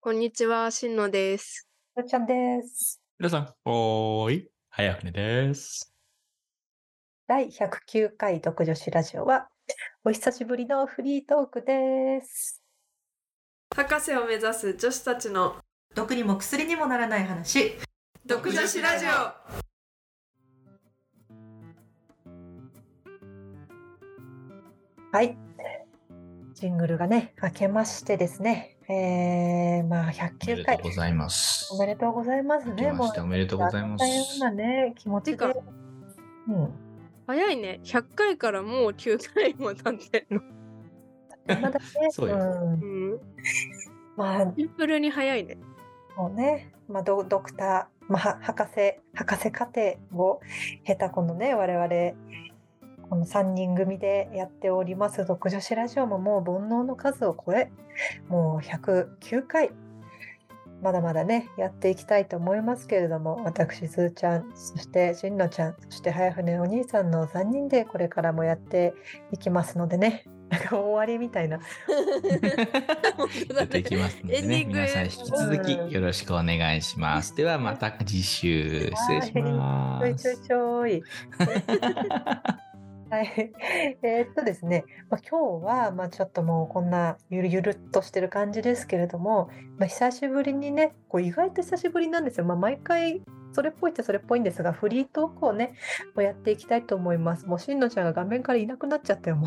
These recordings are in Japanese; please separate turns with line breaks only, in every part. こんにちは、しんのです。
よっちゃんです。
皆さん、おーい、早船です。
第109回独女子ラジオは、お久しぶりのフリートークです。
博士を目指す女子たちの
毒にも薬にもならない話
独女子ラジオ。
はい。ジングルがね、明けましてですね。えー、まあ、
おめで
109
と
回
う。ございます。
おめでとうございます
明
ね。
けましておめでとうございます、
あっとう間ね、気持ち
てか
で。うん。
早いね、100回からもう9回も経ってんの。
まだね
そうよ
ん
う。ん、
まあ、
シンプルに早いね。
もうね、まあ、ドドクター、まあ、は博士博士課程を経たこのね我々この3人組でやっております「独女子ラジオ」ももう煩悩の数を超えもう109回まだまだねやっていきたいと思いますけれども私ずーちゃんそしてしんのちゃんそして早船お兄さんの3人でこれからもやっていきますのでねなんか終わりみたいな
本当だ
やってい
ね
きます ので
エンディ
ね、
ング
皆さん引き続
うん
きよろしくお願いします。ではまた次週、失礼しま
ちょいちょい
す。
ちょい。 はい、えーっとですね、まあ、今日はまあちょっともうこんなゆるゆるっとしてる感じですけれども、まあ、久しぶりにねこう意外と久しぶりなんですよ、まあ、毎回それっぽいってそれっぽいんですがフリートークをねもうやっていきたいと思いますもうしんのちゃんが画面からいなくなっちゃった よも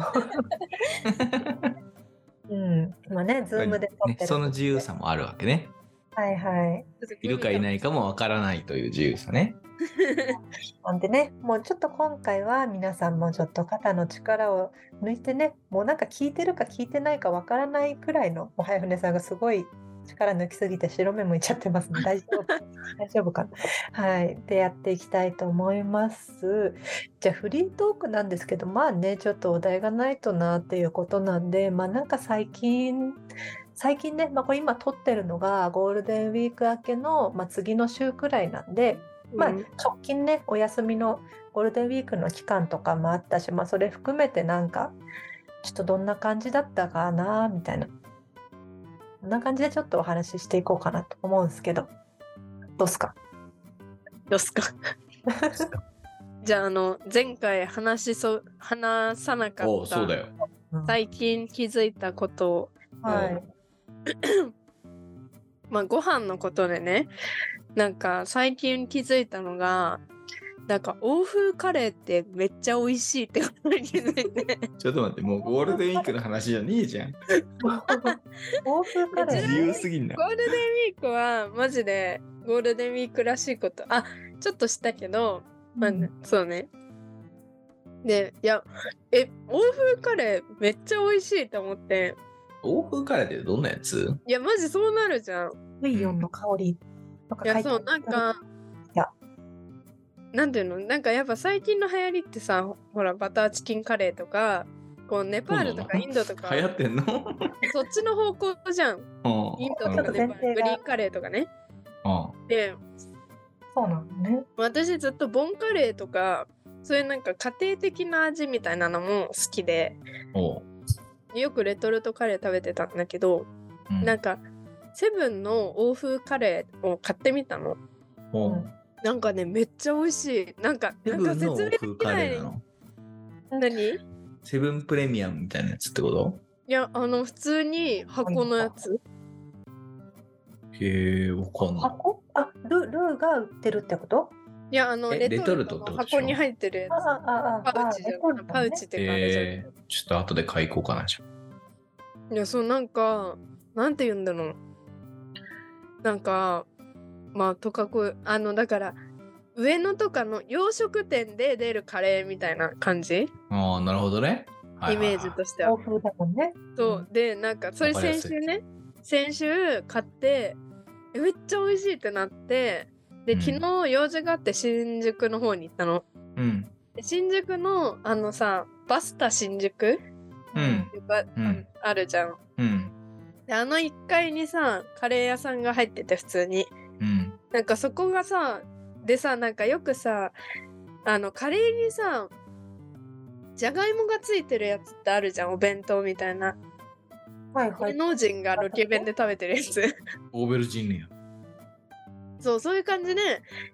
う、うん、今ねズームで撮って
ね
る、
その自由さもあるわけね。
はいはい
いる かいないかもわからないという自由さね。
なんでね、もうちょっと今回は皆さんもちょっと肩の力を抜いてね、もうなんか聞いてるか聞いてないかわからないくらいの、おはやふねさんがすごい力抜きすぎて白目向いちゃってますね。大丈夫大丈夫かなはい。で、やっていきたいと思います。じゃあフリートークなんですけど、まあね、ちょっとお題がないとなっていうことなんで、まあなんか最近、最近ね、まあこれ今撮ってるのがゴールデンウィーク明けの、まあ、次の週くらいなんで、まあ
うん、
直近ねお休みのゴールデンウィークの期間とかもあったし、まあ、それ含めてなんかちょっとどんな感じだったかなみたいなこんな感じでちょっとお話ししていこうかなと思うんですけどどうっすか
どうすか。じゃあ、あの、前回話しそ、話さなか
おお、
った。
そうだよ。
最近気づいたことを、
はい
まあ、ご飯のことでね。なんか、最近気づいたのが。なんか欧風カレーってめっちゃ美味しいってことに気づいて
ちょっと待って、もうゴールデンウィークの話じゃねえじゃん。
欧風カレ
自
ー
由すぎんな。
ゴールデンウィークはマジでゴールデンウィークらしいことあちょっとしたけど、まあねそうねでいやえ欧風カレーめっちゃ美味しいと思って
欧風カレーってどんなやつ
いやマジそうなるじゃん
ブイヨンの香りとか
いやそうなんか
いや
なんていうのなんかやっぱ最近の流行りってさほらバターチキンカレーとかこうネパールとか
そうなの
インドとか
流行ってんの
そっちの方向じゃん
うん
インドとかネ
ね
パールグリーンカレーとかね
うん
で
そうなのね
私ずっとボンカレーとかそういうなんか家庭的な味みたいなのも好きで
おう
よくレトルトカレー食べてたんだけど、
うん
なんかセブンの欧風カレーを買ってみたの
おう
なんかねめっちゃ美味しいなんか
セ
なん
ブ
か
ン
説
の欧
明で
風
き
カ
ない
レーなの
何い
セブンプレミアムみたいなやつってこと
やあの普通に箱のやつ
へえ、わかんない。
箱あルルーが売ってるってこと
いやあの
え
レトルト
レトルトって
の
ことでしょ
箱に入ってるや
あああ
つ
あ
パ
あ
ウチじ
レト
ゃ
ルト
ん
ね
パウチっていうかあれじゃん
えー、ちょっと後で買い行こうかなじゃ
いやそうなんかなんて言うんだろうなんかまあとかくあのだから上野とかの洋食店で出るカレーみたいな感じ
あ。ああ、なるほどね。はい
イ
はいは
メ
い
ージとしては。
欧風だもんね
そうでなんかそれ
わかり
先
やすい
週ね先週買ってえめっちゃ美味しいってなって
う
で
ん
昨日用事があって新宿の方に行ったの。
うん。
で新宿のあのさバスタ新宿
うん。
が、
うん
あるじゃん。
うん。
であの1階にさカレー屋さんが入ってて普通に
うん。
なんかそこがさでさなんかよくさあのカレーにさじゃがいもがついてるやつってあるじゃんお弁当みたいな
はいは
芸
い。
能人がロケ弁で食べてるやつ。
オーベルジーヌや。
そうそういう感じで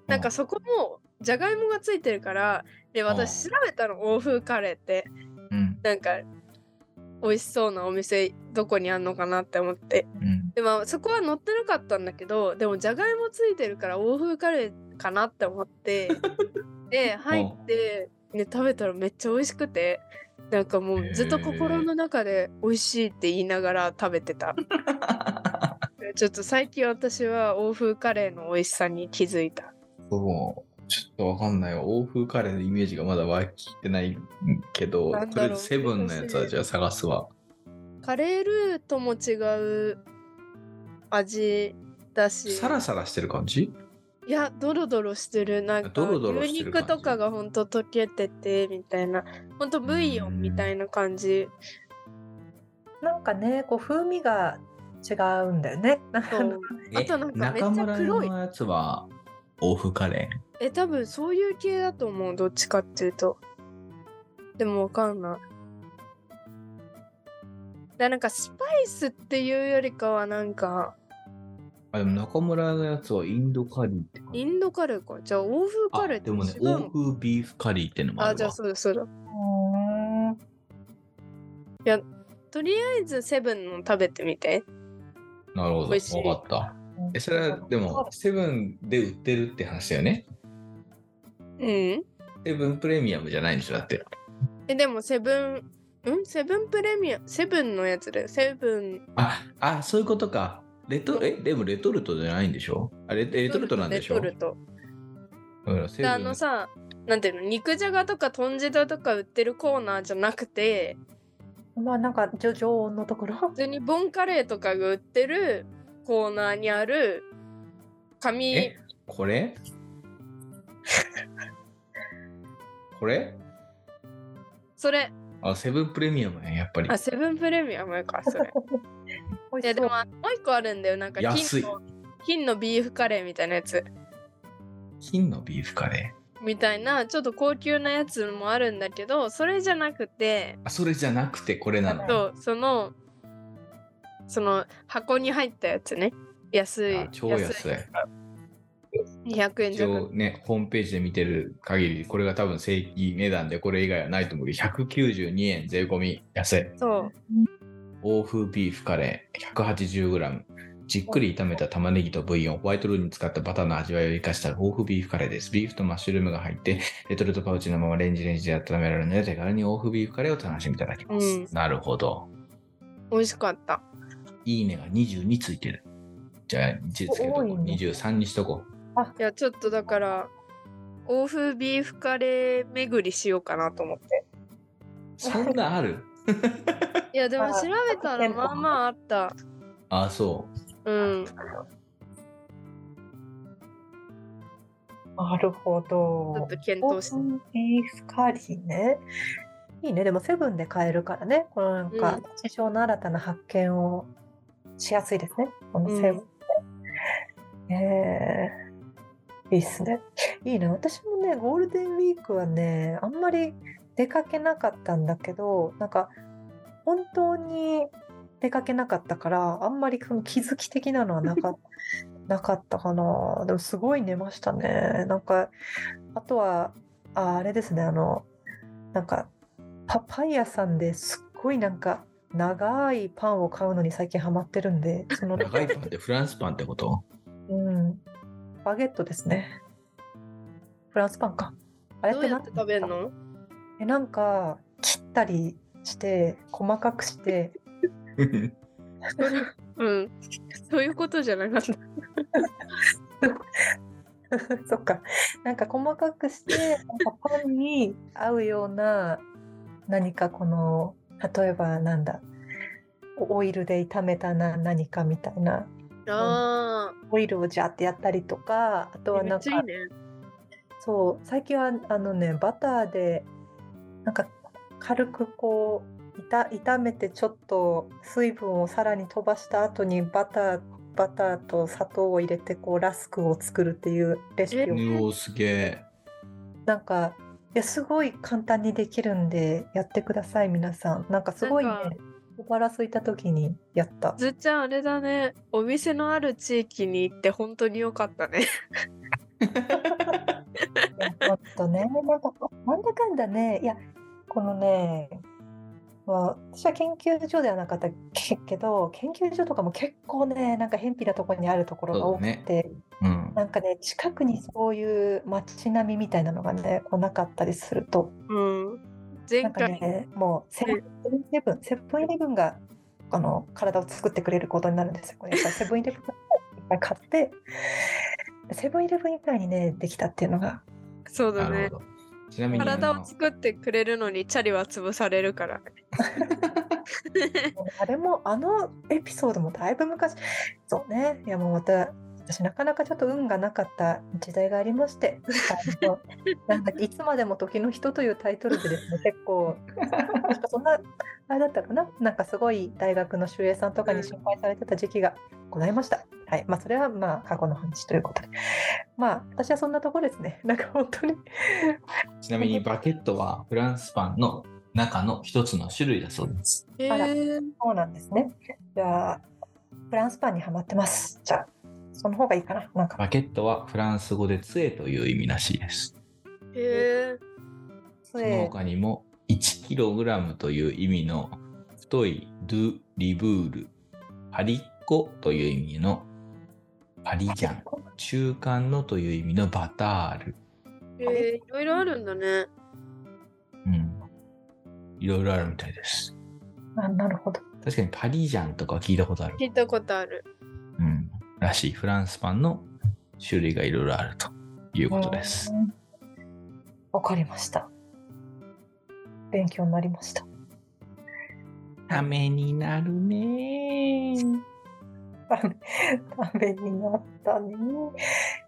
なんかそこもじゃがいもがついてるからで私調べたの欧風カレーって
うん。
なんか美味しそうなお店どこにあんのかなって思って
うん。
でまあそこは載ってなかったんだけどでもじゃがいもついてるから欧風カレーかなって思ってで入って、ね、食べたらめっちゃ美味しくてなんかもうずっと心の中で美味しいって言いながら食べてたちょっと最近私は欧風カレーの美味しさに気づいた
そう。ちょっとわかんないわ。欧風カレーのイメージがまだ湧きてないけど、
なん
とり
だ
あえ
ろう
ずセブンのやつはじゃあ探すわ。
カレールーとも違う味だし
サラサラしてる感じ
いやドロドロしてるなんか
ドロドロして
牛
る感
肉
じ
とかがほんと溶けててみたいなほんとブイヨンみたいな感じ
なんかね、こう風味が違うんだよね。なんか
とあとなんかめっちゃ黒い
中村のやつは欧風カレ
え多分そういう系だと思うどっちかっていうとでもわかんないだなんかスパイスっていうよりかはなんか
ー。あでも中村のやつはインドカリーって感じ
インドカレーかじゃあ欧風カレー
あ
って違う
でも
の
ね、欧風ビーフカリーってのもあるわ。
あじゃあそうだそうだ
う
とりあえずセブンの食べてみて
なるほど。
美味しい
わかった。
ーん
え、それはでも、セブンで売ってるって話だよね。
うんえ
セブンプレミアムじゃないんでしょ、だって。
でもセブンうんセブンプレミアセブンのやつだよセブン
あ、あ、そういうことか。レトえ、でもレトルトじゃないんでしょあレレトルトなんでしょ
レトルト
うんセ
で
ブン
あのさなんていうの肉じゃがとか豚汁とか売ってるコーナーじゃなくて
まあなんかじょ常温のところ。
普通にボンカレーとかが売ってるコーナーにある紙
え、これこれ
それ
あ、セブンプレミアムね、やっぱり
あ。セブンプレミアムかそ れ
美
い
味
や
し
で
そう
もあもう一個あるんだよなんか
安
金
い
の金のビーフカレーみたいなやつ
金のビーフカレー。
みたいなちょっと高級なやつもあるんだけどそれじゃなくて
あ、それじゃなくてこれなの。
そうそのその箱に入ったやつね安い
あ超安い。
い200円
一
弱
応ね、ホームページで見てる限り、これが多分正規値段でこれ以外はないと思うけど、192円税込み安い。
そう
欧風ビーフカレー 180g。じっくり炒めた玉ねぎとブイヨン、ホワイトルーに使ったバターの味わいを生かした欧風ビーフカレーです。ビーフとマッシュルームが入って、レトルトパウチのままレンジレンジで温められるので、手軽に欧風ビーフカレーを楽しみいただけます。
うん
なるほど。
美味しかった
いいねが22ついてる。じゃあ、1つけとこう
多い。ね
23にしとこ
いやちょっとだから欧風ビーフカレー巡りしようかなと思って
う。そんなある
いやでも
あ
調べたらまあまああった
あ、そう。
うん
なるほ
ちょ
ど
っと。検
オ
討し
ーブンビーフカリーね。いいね。でもセブンで買えるからね。このなん
う
か
ん、
市場の新たな発見をしやすいですね。この
うん
セブンで。えーいいっすね。いいね。私もね、ゴールデンウィークはね、あんまり出かけなかったんだけど、なんか、本当に出かけなかったから、あんまりその気づき的なのはなかった。なかったかな。でもすごい寝ましたね。なんか、あとは、ああれですね、あの、なんか、パパイヤさんですっごいなんか、長いパンを買うのに最近ハマってるんで、その、
長いパンってフランスパンってこと
うん、バゲットですね。フランスパンか。あれっ
どう
て
や
な
っ
ん
て食べんの
え、なんか、切ったりして、細かくして、
うんそういうことじゃなか った
そっか。なんか細かくして、 なんかパンに合うような、何かこの、例えばなんだ、オオイルで炒めたな何かみたいな、
あ
オイルをジャーってやったりとか、あと
あ
は
め
な
っ
ん
ち
か、
ゃいいね
そう、最近はあのね、バターで、なんか軽くこう、いた炒めてちょっと水分をさらに飛ばした後にバター、バターと砂糖を入れてこうラスクを作るっていうレシピを
うおすげえ。
なんかいやすごい簡単にできるんでやってください皆さんなんかすごいね
なん
小腹空いた時にや った。
ずっちゃんあれだねお店のある地域に行って本当に良かったね
ちょっとね、なんかこうなんだかんだね、いや、このね、まあ、私は研究所ではなかったけど、研究所とかも結構ね、なんか偏僻なところにあるところが多く
そう
て、
うん。
なんかね、近くにそういう街並みみたいなのがね、こうなかったりすると、
うん
な
前
んか
回、
ね、もうセブンイレブン、セブンイレブンがあの体を作ってくれることになるんですよ。これやっぱりセブンイレブンをいっぱい買って、セブンイレブン以外にね、できたっていうのが、
そうだ
なる
ね
ほど。ちなみに、
体
あ
を
の
作ってくれるのにチャリは潰されるからね
あれもあのエピソードもだいぶ昔そうねいやもうまた私なかなかちょっと運がなかった時代がありまして あのなんだっけいつまでも時の人というタイトルでです ね結構なんかそんなあれだったかななんかすごい大学の修営さんとかに心配されてた時期がございました、はいまあそれはまあ過去の話ということでまあ私はそんなところですね なんか本当に
ちなみにバケットはフランスパンの中の一つの種類だそうです。
へ
あら
え
そうなんですねじゃあフランスパンにはまってますじゃあその方がいいかななんか
バケットはフランス語で杖という意味らしいです。
へえ
そ
その
れ
他にも 1kg という意味の太いドゥ・リブール、パリッコという意味のパリジャン、中間のという意味のバタール、
へえいろいろあるんだね
うん、いろいろあるみたいです。
あなるほど。
確かにパリジャンとか聞いたことある、
聞いたことある
うん、らしいフランスパンの種類がいろいろあるということです。
うん。わかりました。勉強になりました。
ためになるねー。
ためためになったね。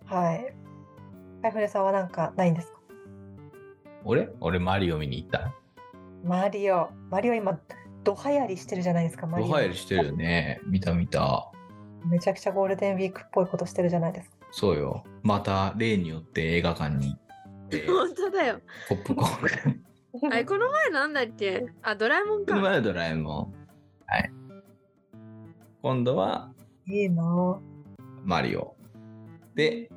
はい。カイフレさんはなんかないんですか
俺俺マリオ見に行った。
マリオ。マリオ今、ドハヤりしてるじゃないですか、マリ
ロ
オ。
ハエルしてるよね。見た見た。
めちゃくちゃゴールデンウィークっぽいことしてるじゃないですか。
そうよ。また例によって映画館に行 って、
本当だよ
ポップコーン。
あれこの前なんだっけあドラえもん
こ
か
の前はドラえもん。はい。今度は い
いなぁ
マリオ。で、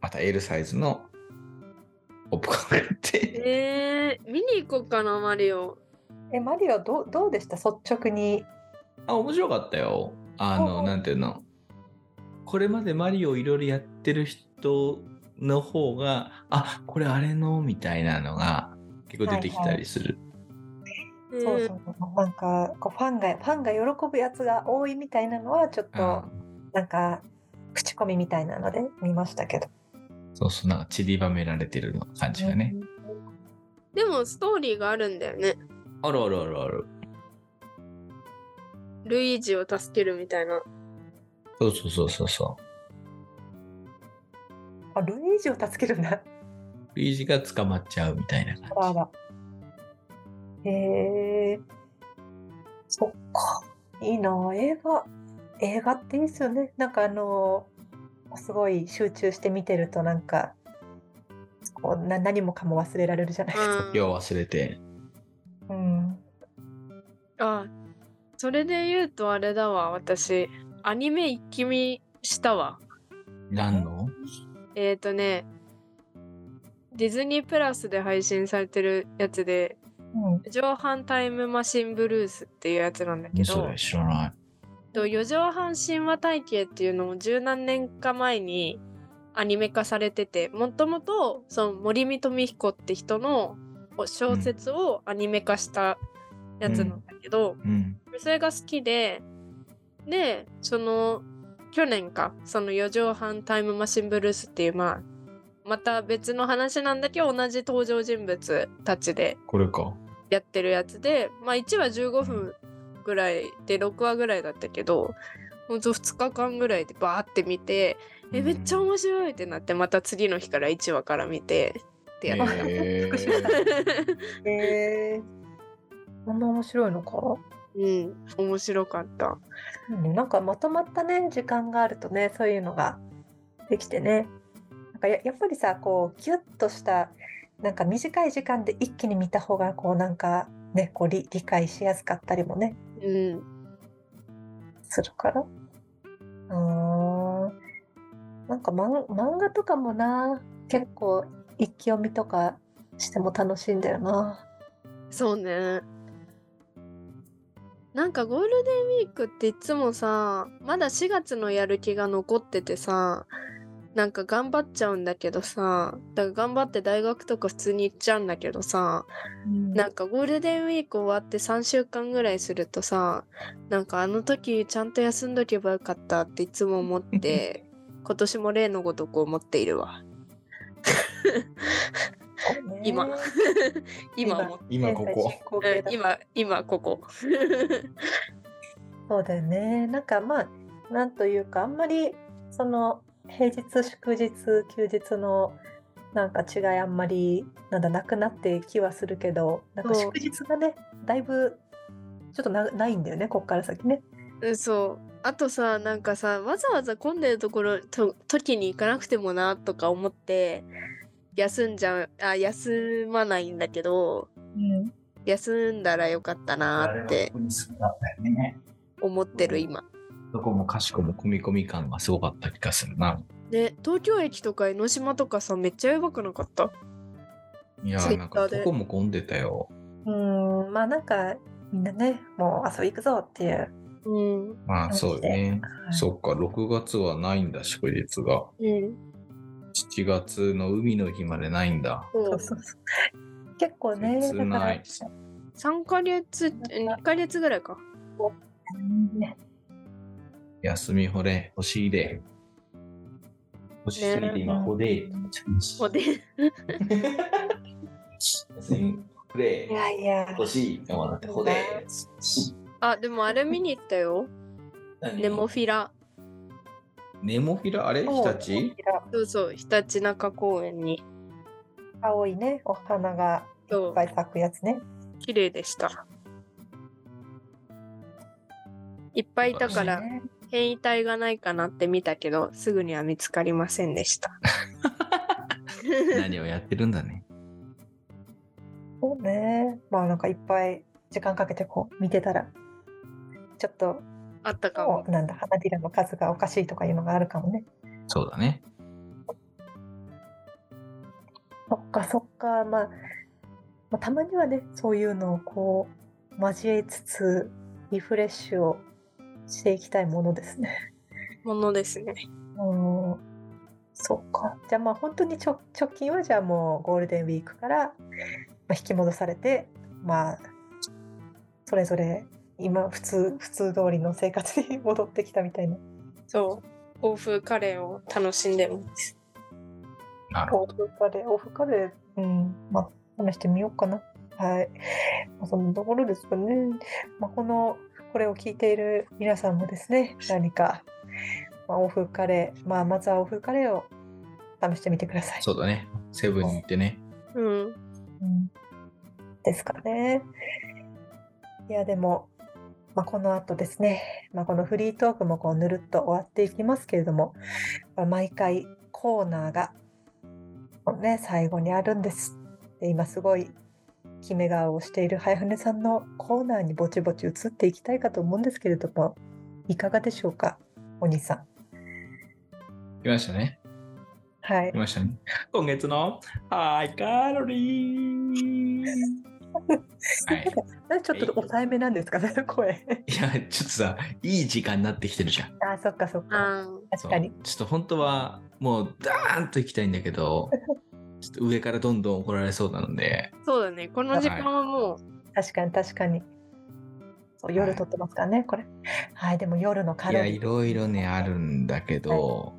また L サイズのポップコーン買って。
えー、見に行こうかなマリオ。
え、マリオどうどうでした率直に。
あ、面白かったよ。あ
おうお
の、
う
なんていうの。これまでマリオいろいろやってる人の方が、あ、これあれのみたいなのが結構出てきたりする。
うん
そうそうそう。なんか、こうファンが、ファンが喜ぶやつが多いみたいなのは、ちょっと。
うん
なんか口コミみたいなので見ましたけど。
そうそう、なんか散りばめられてる感じがね。
でもストーリーがあるんだよね。
あるあるあるある。
ルイージを助けるみたいな。
そうそうそうそうそ
あルイージを助けるんだ。
う。ルイージが捕まっちゃうみたいな感
あらあら。へえ。そっか。いいなあ映画。映画っていいですよね。なんかあのすごい集中して見てるとなんかこうな何もかも忘れられるじゃないですか。
じ。よう忘れて。
うん。
あそれで言うとあれだわ私アニメ一気見したわ。
なんの
えっ、ー、とねディズニープラスで配信されてるやつで「上半タイムマシンブルース」っていうやつなんだけ
何そ
ど
れ知らない。
と四畳半神話体系っていうのも十何年か前にアニメ化されててもともとその森見富彦って人のお小説をアニメ化したやつなんだけど、
うん。
それが好きででその去年かその四畳半タイムマシンブルースっていうまあまた別の話なんだけど同じ登場人物たちで
これか。
やってるやつで、まあ、1話15分ぐらいで6話ぐらいだったけどほんと2日間ぐらいでバーって見てえめっちゃ面白いってなってまた次の日から1話から見てってやっ
え
復習
ー、
へえ。そんな面白いのか。
うん面白かった
うんなんかまとまったね時間があるとねそういうのができてねなんかややっぱりさこうギュッとしたなんか短い時間で一気に見た方がこうなんかねこう理理解しやすかったりもね
うん。
するから。あーなんか漫漫画とかもな結構一気読みとかしても楽しいんだよな。
そうね。なんかゴールデンウィークっていつもさ、まだ4月のやる気が残っててさ、なんか頑張っちゃうんだけどさ、だから頑張って大学とか普通に行っちゃうんだけどさ、なんかゴールデンウィーク終わって3週間ぐらいするとさ、なんかあの時ちゃんと休んどけばよかったっていつも思って、今年も例のごとく思っているわ。
そうね
今。今思っ
今ここ
現在進行形
て
だ、
今、今ここ。
そうだよね。なんかまあ、なんというか、あんまり、その、平日、祝日、休日の、なんか違いあんまり、なんだ、なくなって気はするけど、なんか
そ
祝
う
日がね、だいぶ、ちょっとなないんだよね、こっから先ね。
うんそうあとさなんかさわざわざ混んでるところと時に行かなくてもなとか思って休んじゃうあ休まないんだけど
うん。
休んだらよかったなって思ってる今
どこもかしこも込み込み感がすごかった気がするな。
ね東京駅とか江ノ島とかさめっちゃやばくなかった
いやー、なんかどこも混んでたよ。
うん、まあなんか、みんなね、もう遊び行くぞっていう。
うん
まあそうよね。
はい
そっか、6月はないんだ、祝日が。
うん
7月の海の日までないんだ。
そ
そううそうそう結構ね、
切ない
だから
3ヶ月2ヶ月ぐらいか
うんね
休みほれ、欲しいで。欲しすぎて今、ほで。
もうで
休みほれ
い。やいや、
欲しい。頑張って、ほで。
あでもあれ見に行ったよネモフィラ
ネモフィラあれ日立
そうそうひたちなか公園に
青いね、お花がい
そ
っ
う
ぱい咲くやつね。
綺麗でした。いっぱいいたか
だ
ら変異体がないかなって見たけどすぐには見つかりませんでした。
何をやってるんだね。
そうね。まあなんかいっぱい時間かけてこう見てたら、ちょっと、
あったかも
こ。うなんだ、花びらの数がおかしいとかいうのがあるかもね。
そうだね。
そっかそっか、まあ、まあ、たまにはね、そういうのをこう、交えつつ、リフレッシュをしていきたいものですね。
ものですね。
うん。そっか。じゃあまあ本当に直直近はじゃあもうゴールデンウィークから、まあ、引き戻されて、まあ、それぞれ今普通、普通通りの生活に戻ってきたみたいな。
そう。欧風カレーを楽しんでます。
なるほ
オフカレー、オフカレー、うん、まあ、試してみようかな。はい。まあ、そんなところですかね。まあ、この、これを聞いている皆さんもですね、何か、まあ、オフカレー、まあ、まずはオフカレーを試してみてください
ど。。そうだね。セブンに行ってね。
うん。
うんですかね。いや、でも、まあ、この後ですね、まあ、このフリートークもこうぬるっと終わっていきますけれども、まあ毎回コーナーが、こうね、最後にあるんです。で今すごい決め顔をしている早船さんのコーナーにぼちぼち移っていきたいかと思うんですけれども、いかがでしょうか、お兄さん。
来ましたね。
はい
来。ましたね。今月のハイカロリー。 はい。
なんかちょっと抑えめなんですかね、声。
いや、ちょっとさ、いい時間になってきてるじゃん。
あ、そっかそっか。
あ
確かに
そ。うちょっと本当は、もう、ダーンと行きたいんだけ ど、ちょっと上からどんどん怒られそうなので
あ、。そうだね。この時間はも
確かに確かに。そう夜撮ってますからね、これ。はい、でも夜のカ
い
ロ
や、
リ
い
ー。
ろいろね、あるんだけど、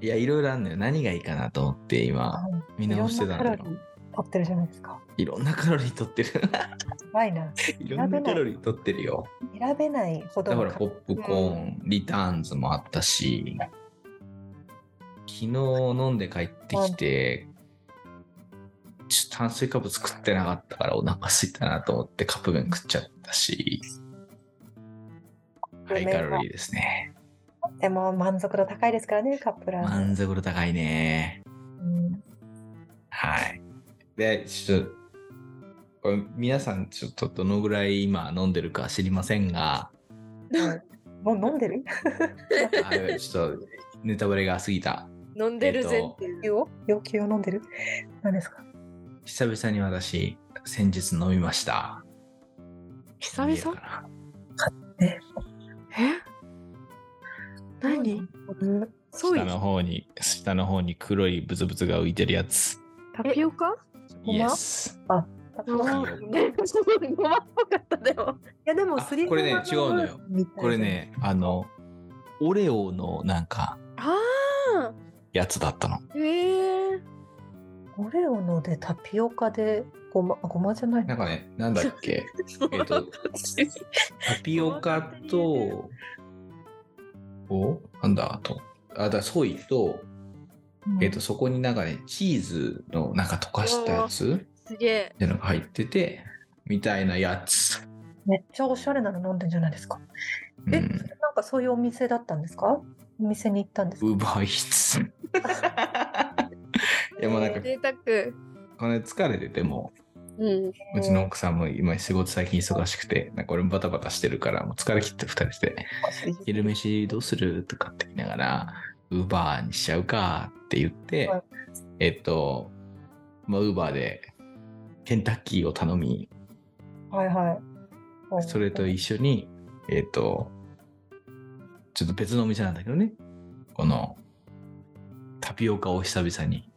いや、いろいろあるのよ。何がいいかなと思って、今、
うん
見直してたんだ
い
よ
ろんなカロ。リー撮ってるじゃないですか。
いろんなカロリー取ってる。
怖いな。
いろんなカロリー取ってるよ。
選べないほど
だか
の
ら
カ
ポ
ロ
ップコーン、リターンズもあったし、昨日飲んで帰ってきて、ちょっと炭水化物食ってなかったからお腹空いたなと思ってカップ麺食っちゃったし、ハイカロリーですね。
リー。でも満足度高いですからね、カップラーメン
満足度高いね。
うん
はい。で、ちょっと、これ皆さんちょっとどのぐらい今飲んでるか知りませんが、
もう飲んでる
あやばいちょっとネタバレが過ぎた。
飲んでるぜっていう。
要求を要求を飲んでる何ですか
久々に私、先日飲みました。
久
いいか
々
な
え何そう
下の方に、下の方に黒いブツブツが浮いてるやつ。
タピオカ
ご
イ
ま
エス。
ご
い
まねごまっぽかったでも。
やでも
あ
すり
これね
ごま
違うのよ
みたいな
これね、あの、オレオのなんか
ああ
やつだったの。
ええ
オレオのでタピオカでごまあごまじゃない
なんかね、なんだっけ、えっと、タピオカ と、おなんだあと、あ、だソイと、えっと、そこになんかね、チーズのなんか溶かしたやつ
すげえ。
ってのが入ってて、みたいなやつ。
めっちゃおしゃれなの飲んでんじゃないですか
う
え
ん。
なんかそういうお店だったんですかお店に行ったんですか
ウーバーイーツ。いや、もうなんか、
贅沢。
これ疲れてても、
うん。
うちの奥さんも今仕事最近忙しくて、なんか俺もバタバタしてるから、もう疲れ切って二人して、昼飯どうするとかって言いながら、ウーバーにしちゃうかって言って
はい、
えっと、まあ、ウーバーでケンタッキーを頼み、
はいはいはい
それと一緒に、えっと、ちょっと別のお店なんだけどね、このタピオカを久々に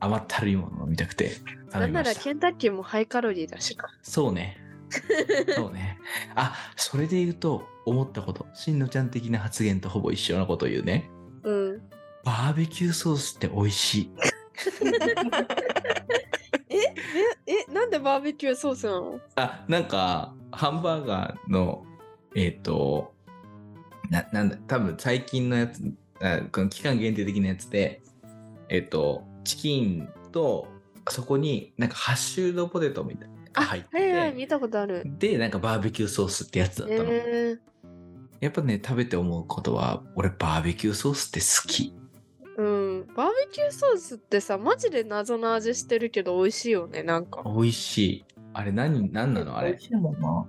甘ったるいものを飲みたくて
な
頼
ん
み
な
ま
ら
した。
ケンタッキーもハイカロリーだしな。
そうね。そうね。あ、それで言うと、思ったこと。しんのちゃん的な発言とほぼ一緒のこと言うね。
うん。
バーベキューソースって美味しい。
え、なんでバーベキューソースなの
あ、なんか、ハンバーガーの、えっ、と、な、なんだ、多分最近のやつ、あこの期間限定的なやつで、えっ、と、チキンと、そこになんかハッシュドポテトみたいなのが
あ、
入って
は
て、
いはい、見たことある。
で、なんかバーベキューソースってやつだったの。
え
やっぱね、食べて思うことは、俺バーベキューソースって好き。
ー、うん。バーベキューソースってさ、マジで謎の味してるけど美味しいよね、なん か。
美味しい。あれ何、何なのあ
美
れ。
味しいもんな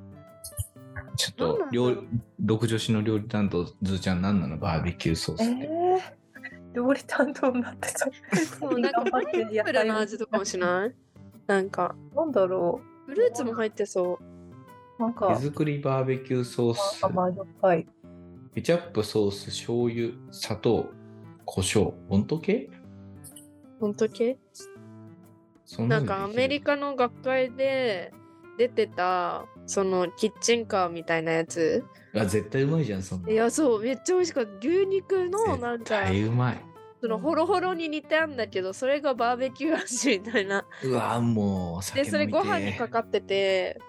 ちょ
何
っと
な、の
料理、独女子の料理担当、ずーちゃん何なのバーベキューソース
え
って。
ー、料理担当になってた
そう、なんかパイナップルの味とかもしないなんか、
なんだろ
フルーツも入ってそう。
うなん
手
か
作りバーベキューソース、
甘じょっぱい
ケチャップソース、醤油、砂糖、胡椒、本当系
ほんと系
そん
な
なんの
かアメリカの学会で出てた、そのキッチンカーみたいなやつ。
できるあ、絶対うまいじゃん、そんなの。
いや、そう、めっちゃ美味しかった。牛肉のなん
絶
か、
対うまい。
そのホロホロに似てあんだけど、それがバーベキュー味みたい な。
うわもう、酒飲
で
みて
それご飯にかかってて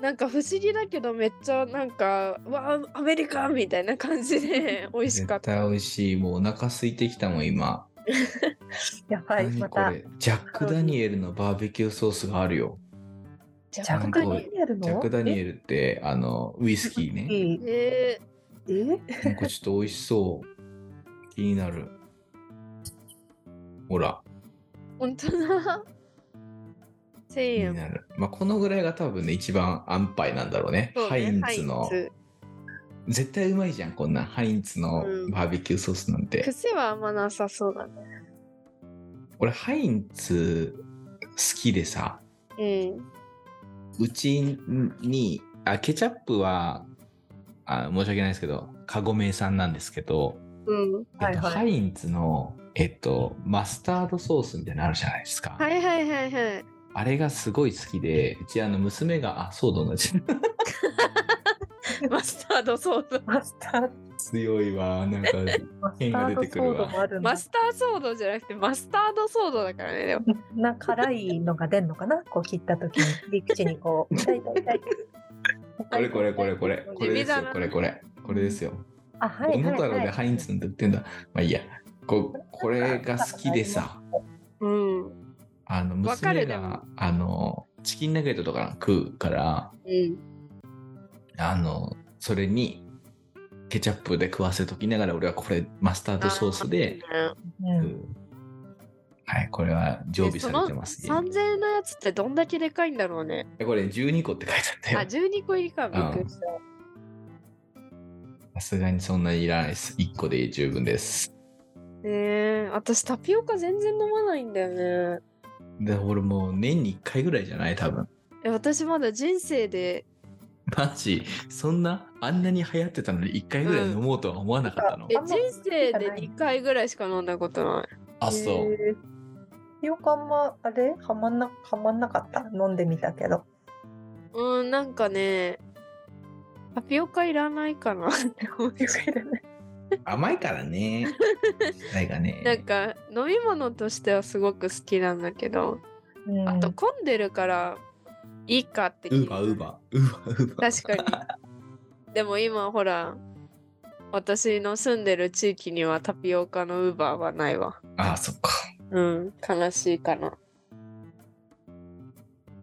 なんか不思議だけどめっちゃなんかわあアメリカンみたいな感じ で美味しかっ
絶
た
対美味しい。もうお腹空いてきたもん、今。
やばい
何
ま
こ
た
れジャック・ダニエルのバーベキューソースがあるよ。
ジ
ジャック・ダニエルの
ジャック・ダニエルってあのウイスキーね。
え
え
え
なんかちょっと美味しそう。気になる。ほら、
ー、本当だ1000
気に
円
なる。まあ、このぐらいが多分ね、一番安牌なんだろうね。
そうね
ハインツの
ハ。インツ
絶対うまいじゃん、こんなんハインツの
うん
バーベキューソースなんて。
癖はあんまなさそうだね
俺、ハインツ好きでさ、
うん
うちに、あ、ケチャップは、あ申し訳ないですけど、カゴメさんなんですけど、
うん
え
は
っ
い
と
はい
ハインツの、えっと、マスタードソースみたいなのあるじゃないですか。
はいはいはいはい
あれがすごい好きで、うちあの娘が、あ、そうだ同じ。
マスタードソース
マスター
強いわ。なんか、
マスタ
変が
ー
出
ド
てくる
ソ
わ
ードもあるんだ
マスターソードじゃなくてマスタードソードだからねでも
な辛いのが出んの かなこう切った時に切り口にこう痛い痛い痛い
これこれこれこれ、これ
地
です
味だ
よ、
な
これこれ、これですよ。
あはい
桃
はい
太郎で
は
ハ
い
インツなんて売ってんだ。まあいいや。ここれが好きでさ、
うんう
あの、
わかる
娘
でも
が、あの、チキンナゲットとか食うから、
ん
あの、それに、ケチャップで食わせときながら、俺はこれ、マスタードソースで、
あ
うん
うんはい、これは常備されてます
その3000円のやつってどんだけでかいんだろうね。
えこれ12個って書いてあ
あ、
ったよ。
12個入りか。びっくりした。
さすがにそんなにいらないです。1個で十分です。
ねえ、私タピオカ全然飲まないんだよね。
で、俺もう年に1回ぐらいじゃない多分。
え私まだ人生で、
マジ、そんな、あんなに流行ってたのに1回ぐらい飲もうとは思わなかったの。
え
あんま
人生で
ない
2回ぐらいしか飲んだことない。
あ、そう。
へーよくあんまあれはまんなはまんなかった飲んでみたけ ど
うん、なんかね、タピオカいらないかなって思う。
甘いから ね。ないがね。
なんか飲み物としてはすごく好きなんだけど、
うん
あと混んでるからいいかって気
ウ
に
ーバーウーバーウーバーウーバー。
確か にでも今ほら私の住んでる地域にはタピオカのウーバーはないわ
ああ、そっか。
うん悲しいかな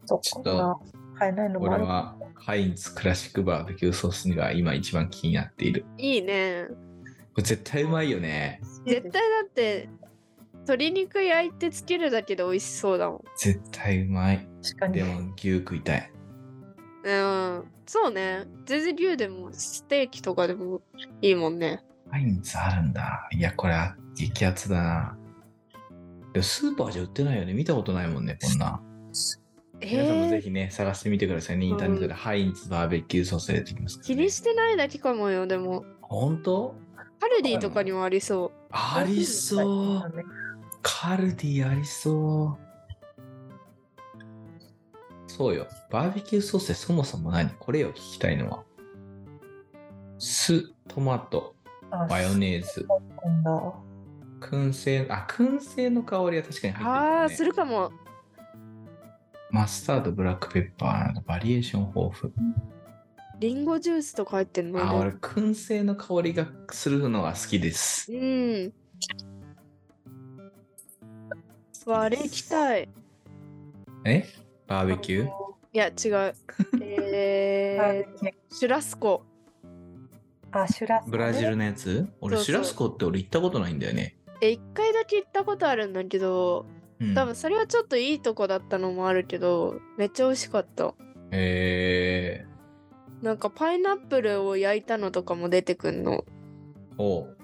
そっ
ちょっ
か
と
買えないのもあ
俺
る
はハインツクラシックバーベキューソース煮が今一番気になっている。
いいね
これ絶対うまいよね。
絶対だって鶏肉焼いてつけるだけで美味しそうだもん
絶対うまい。
確かに
でも牛食いたい。
うんそうね全然牛でもステーキとかでもいいもんね
ハインツあるんだ。いや、これは激アツだな。でもスーパーじゃ売ってないよね。見たことないもんね、こんな。皆さんもぜ
えー
ひね、探してみてくださいね。インターネットでハインツバーベキューソースでできますからね、
気にしてないだけかもよでも
本当
カルディとかにもありそ
ありそう。カルディありそう。そうよ。バーベキューソースってそもそも何これよ、聞きたいのは。酢、トマト、マヨネーズ、
ーなんだ
燻製、あ、燻製の香りは確かに
う
入ってる、ね。
ああするかも
マスタード、ブラックペッパーなどバリエーション豊
リンゴジュースとか入ってん
富。
の
あ、俺、燻製の香りがするのが好きです。
うん。わあれ行きたい。
えバーベキュー
いや、違う。えー、シュラスコ。
あシュラスコね
ブラジルのやつ俺、
そうそう
シュラスコって俺行ったことないんだよね。
え、一回だけ行ったことあるんだけど、
うん
多分それはちょっといいとこだったのもあるけど、めっちゃ美味しかった。
え
なんかパイナップルを焼いたのとかも出てくんの。
ー、おう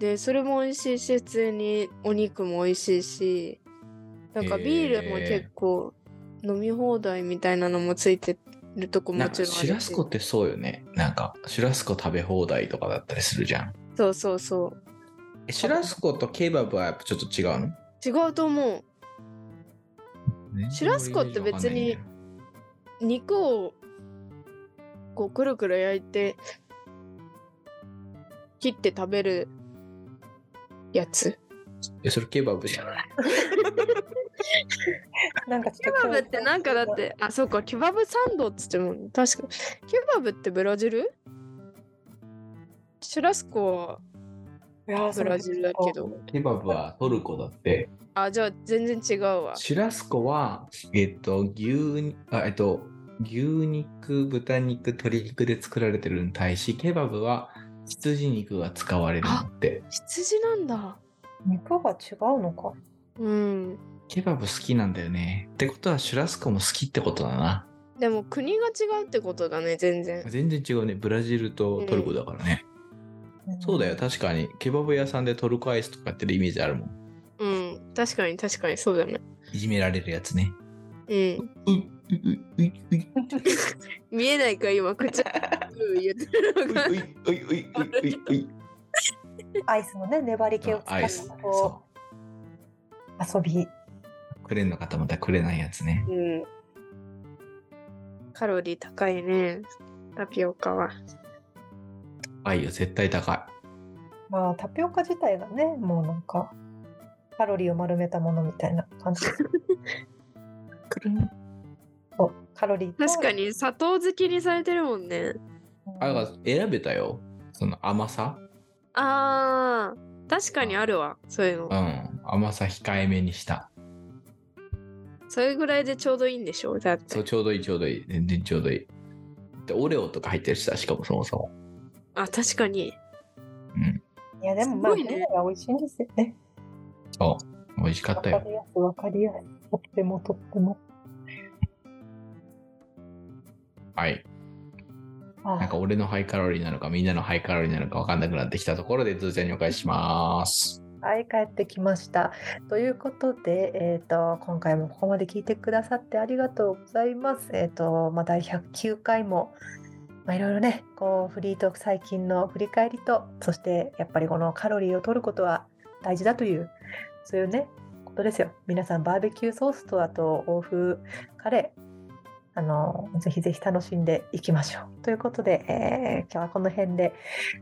で、それも美味しいし、普通にお肉も美味しいし、なんかビールも結構飲み放題みたいなのもついてるとこ
な
も
ん
ち
か
ろんある
シュラスコってそうよね。なんか、シュラスコ食べ放題とかだったりするじゃん。
そうそうそう。
えシュラスコとケバブはやっぱちょっと違うの
違うと思シュラスコって別に。う肉をこうくるくる焼いて切って食べるやつ
え、それケバブじゃない。
なんかち
ケ
ょっ
バ
と
ブってなんかだってあそうかケバブサンドっつってもん確かケバブってブラジルシュラスコはい
やーそ
ブ
う
ラジルだけど
ケバブはトルコだって。
あじゃあ全然違うわ
シュラスコは、えっと、牛に、あ、えっと、牛肉、豚肉、鶏肉で作られてるのに対し、ケバブは羊肉が使われるのって。
羊なんだ
肉が違うのか
うん
ケバブ好きなんだよね。ってことは、シュラスコも好きってことだな。
でも国が違うってことだね全然
全然違うね。ブラジルとトルコだからね。そうだよ、確かに。ケバブ屋さんでトルコアイスとかやってるイメージあるもん。
うん確かに確かにそうだね
いじめられるやつね。
うん
う、う、う、う、う、う、
見えないから今口うん言ってるのが
うい、うい、うい、うい、うい。
アイスのね粘り気を使
ア
っ
イ
た
ス。
こ
そ
遊
う
び
う。くれんのかと思ったらくれないやつね。
うん カロリー高いねタピオカは
高いよ、絶対高い。
まあタピオカ自体がねもうなんかカロリーを丸めたものみたいな感じ
くるん。
そうカロリーと
確かに砂糖漬けにされてるもんね
うん
あ、だから選べたよ。その甘さ。
あー確かにあるわそういうの
うん。甘さ控えめにした。
それぐらいでちょうどいいんでしょだっ
そう、
て
ちょうどいい、ちょうどいい。全然ちょうどいい。で、オレオとか入ってるしさ、しかもそもそも。
あ確かに
いやでもまあ、
すごいね
ね、が美味しいんですよね
そう。美味しかった
わか。
よ
りやすい、わかりやすい。とってもとっても。
はい。
あ
なんか俺のハイカロリーなのか、みんなのハイカロリーなのか分かんなくなってきたところで、ズーちゃんにお返しします。
はい、帰ってきました。ということで、えー、と今回もここまで聞いてくださってありがとうございます。えーとまあ、第109回も、まあ、いろいろねこうフリートーク最近の振り返りとそしてやっぱりこのカロリーを取ることは大事だというそういうねことですよ。皆さんバーベキューソースとあと欧風カレーあのぜひぜひ楽しんでいきましょう。ということで、えー今日はこの辺で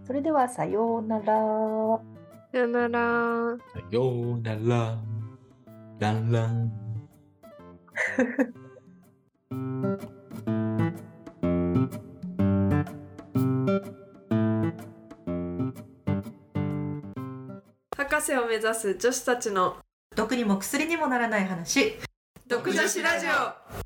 それではさようなら。
さよなら。
さようなら、ランラン。
博士を目指す女子たちの
毒にも薬にもならない話
独女子ラジオ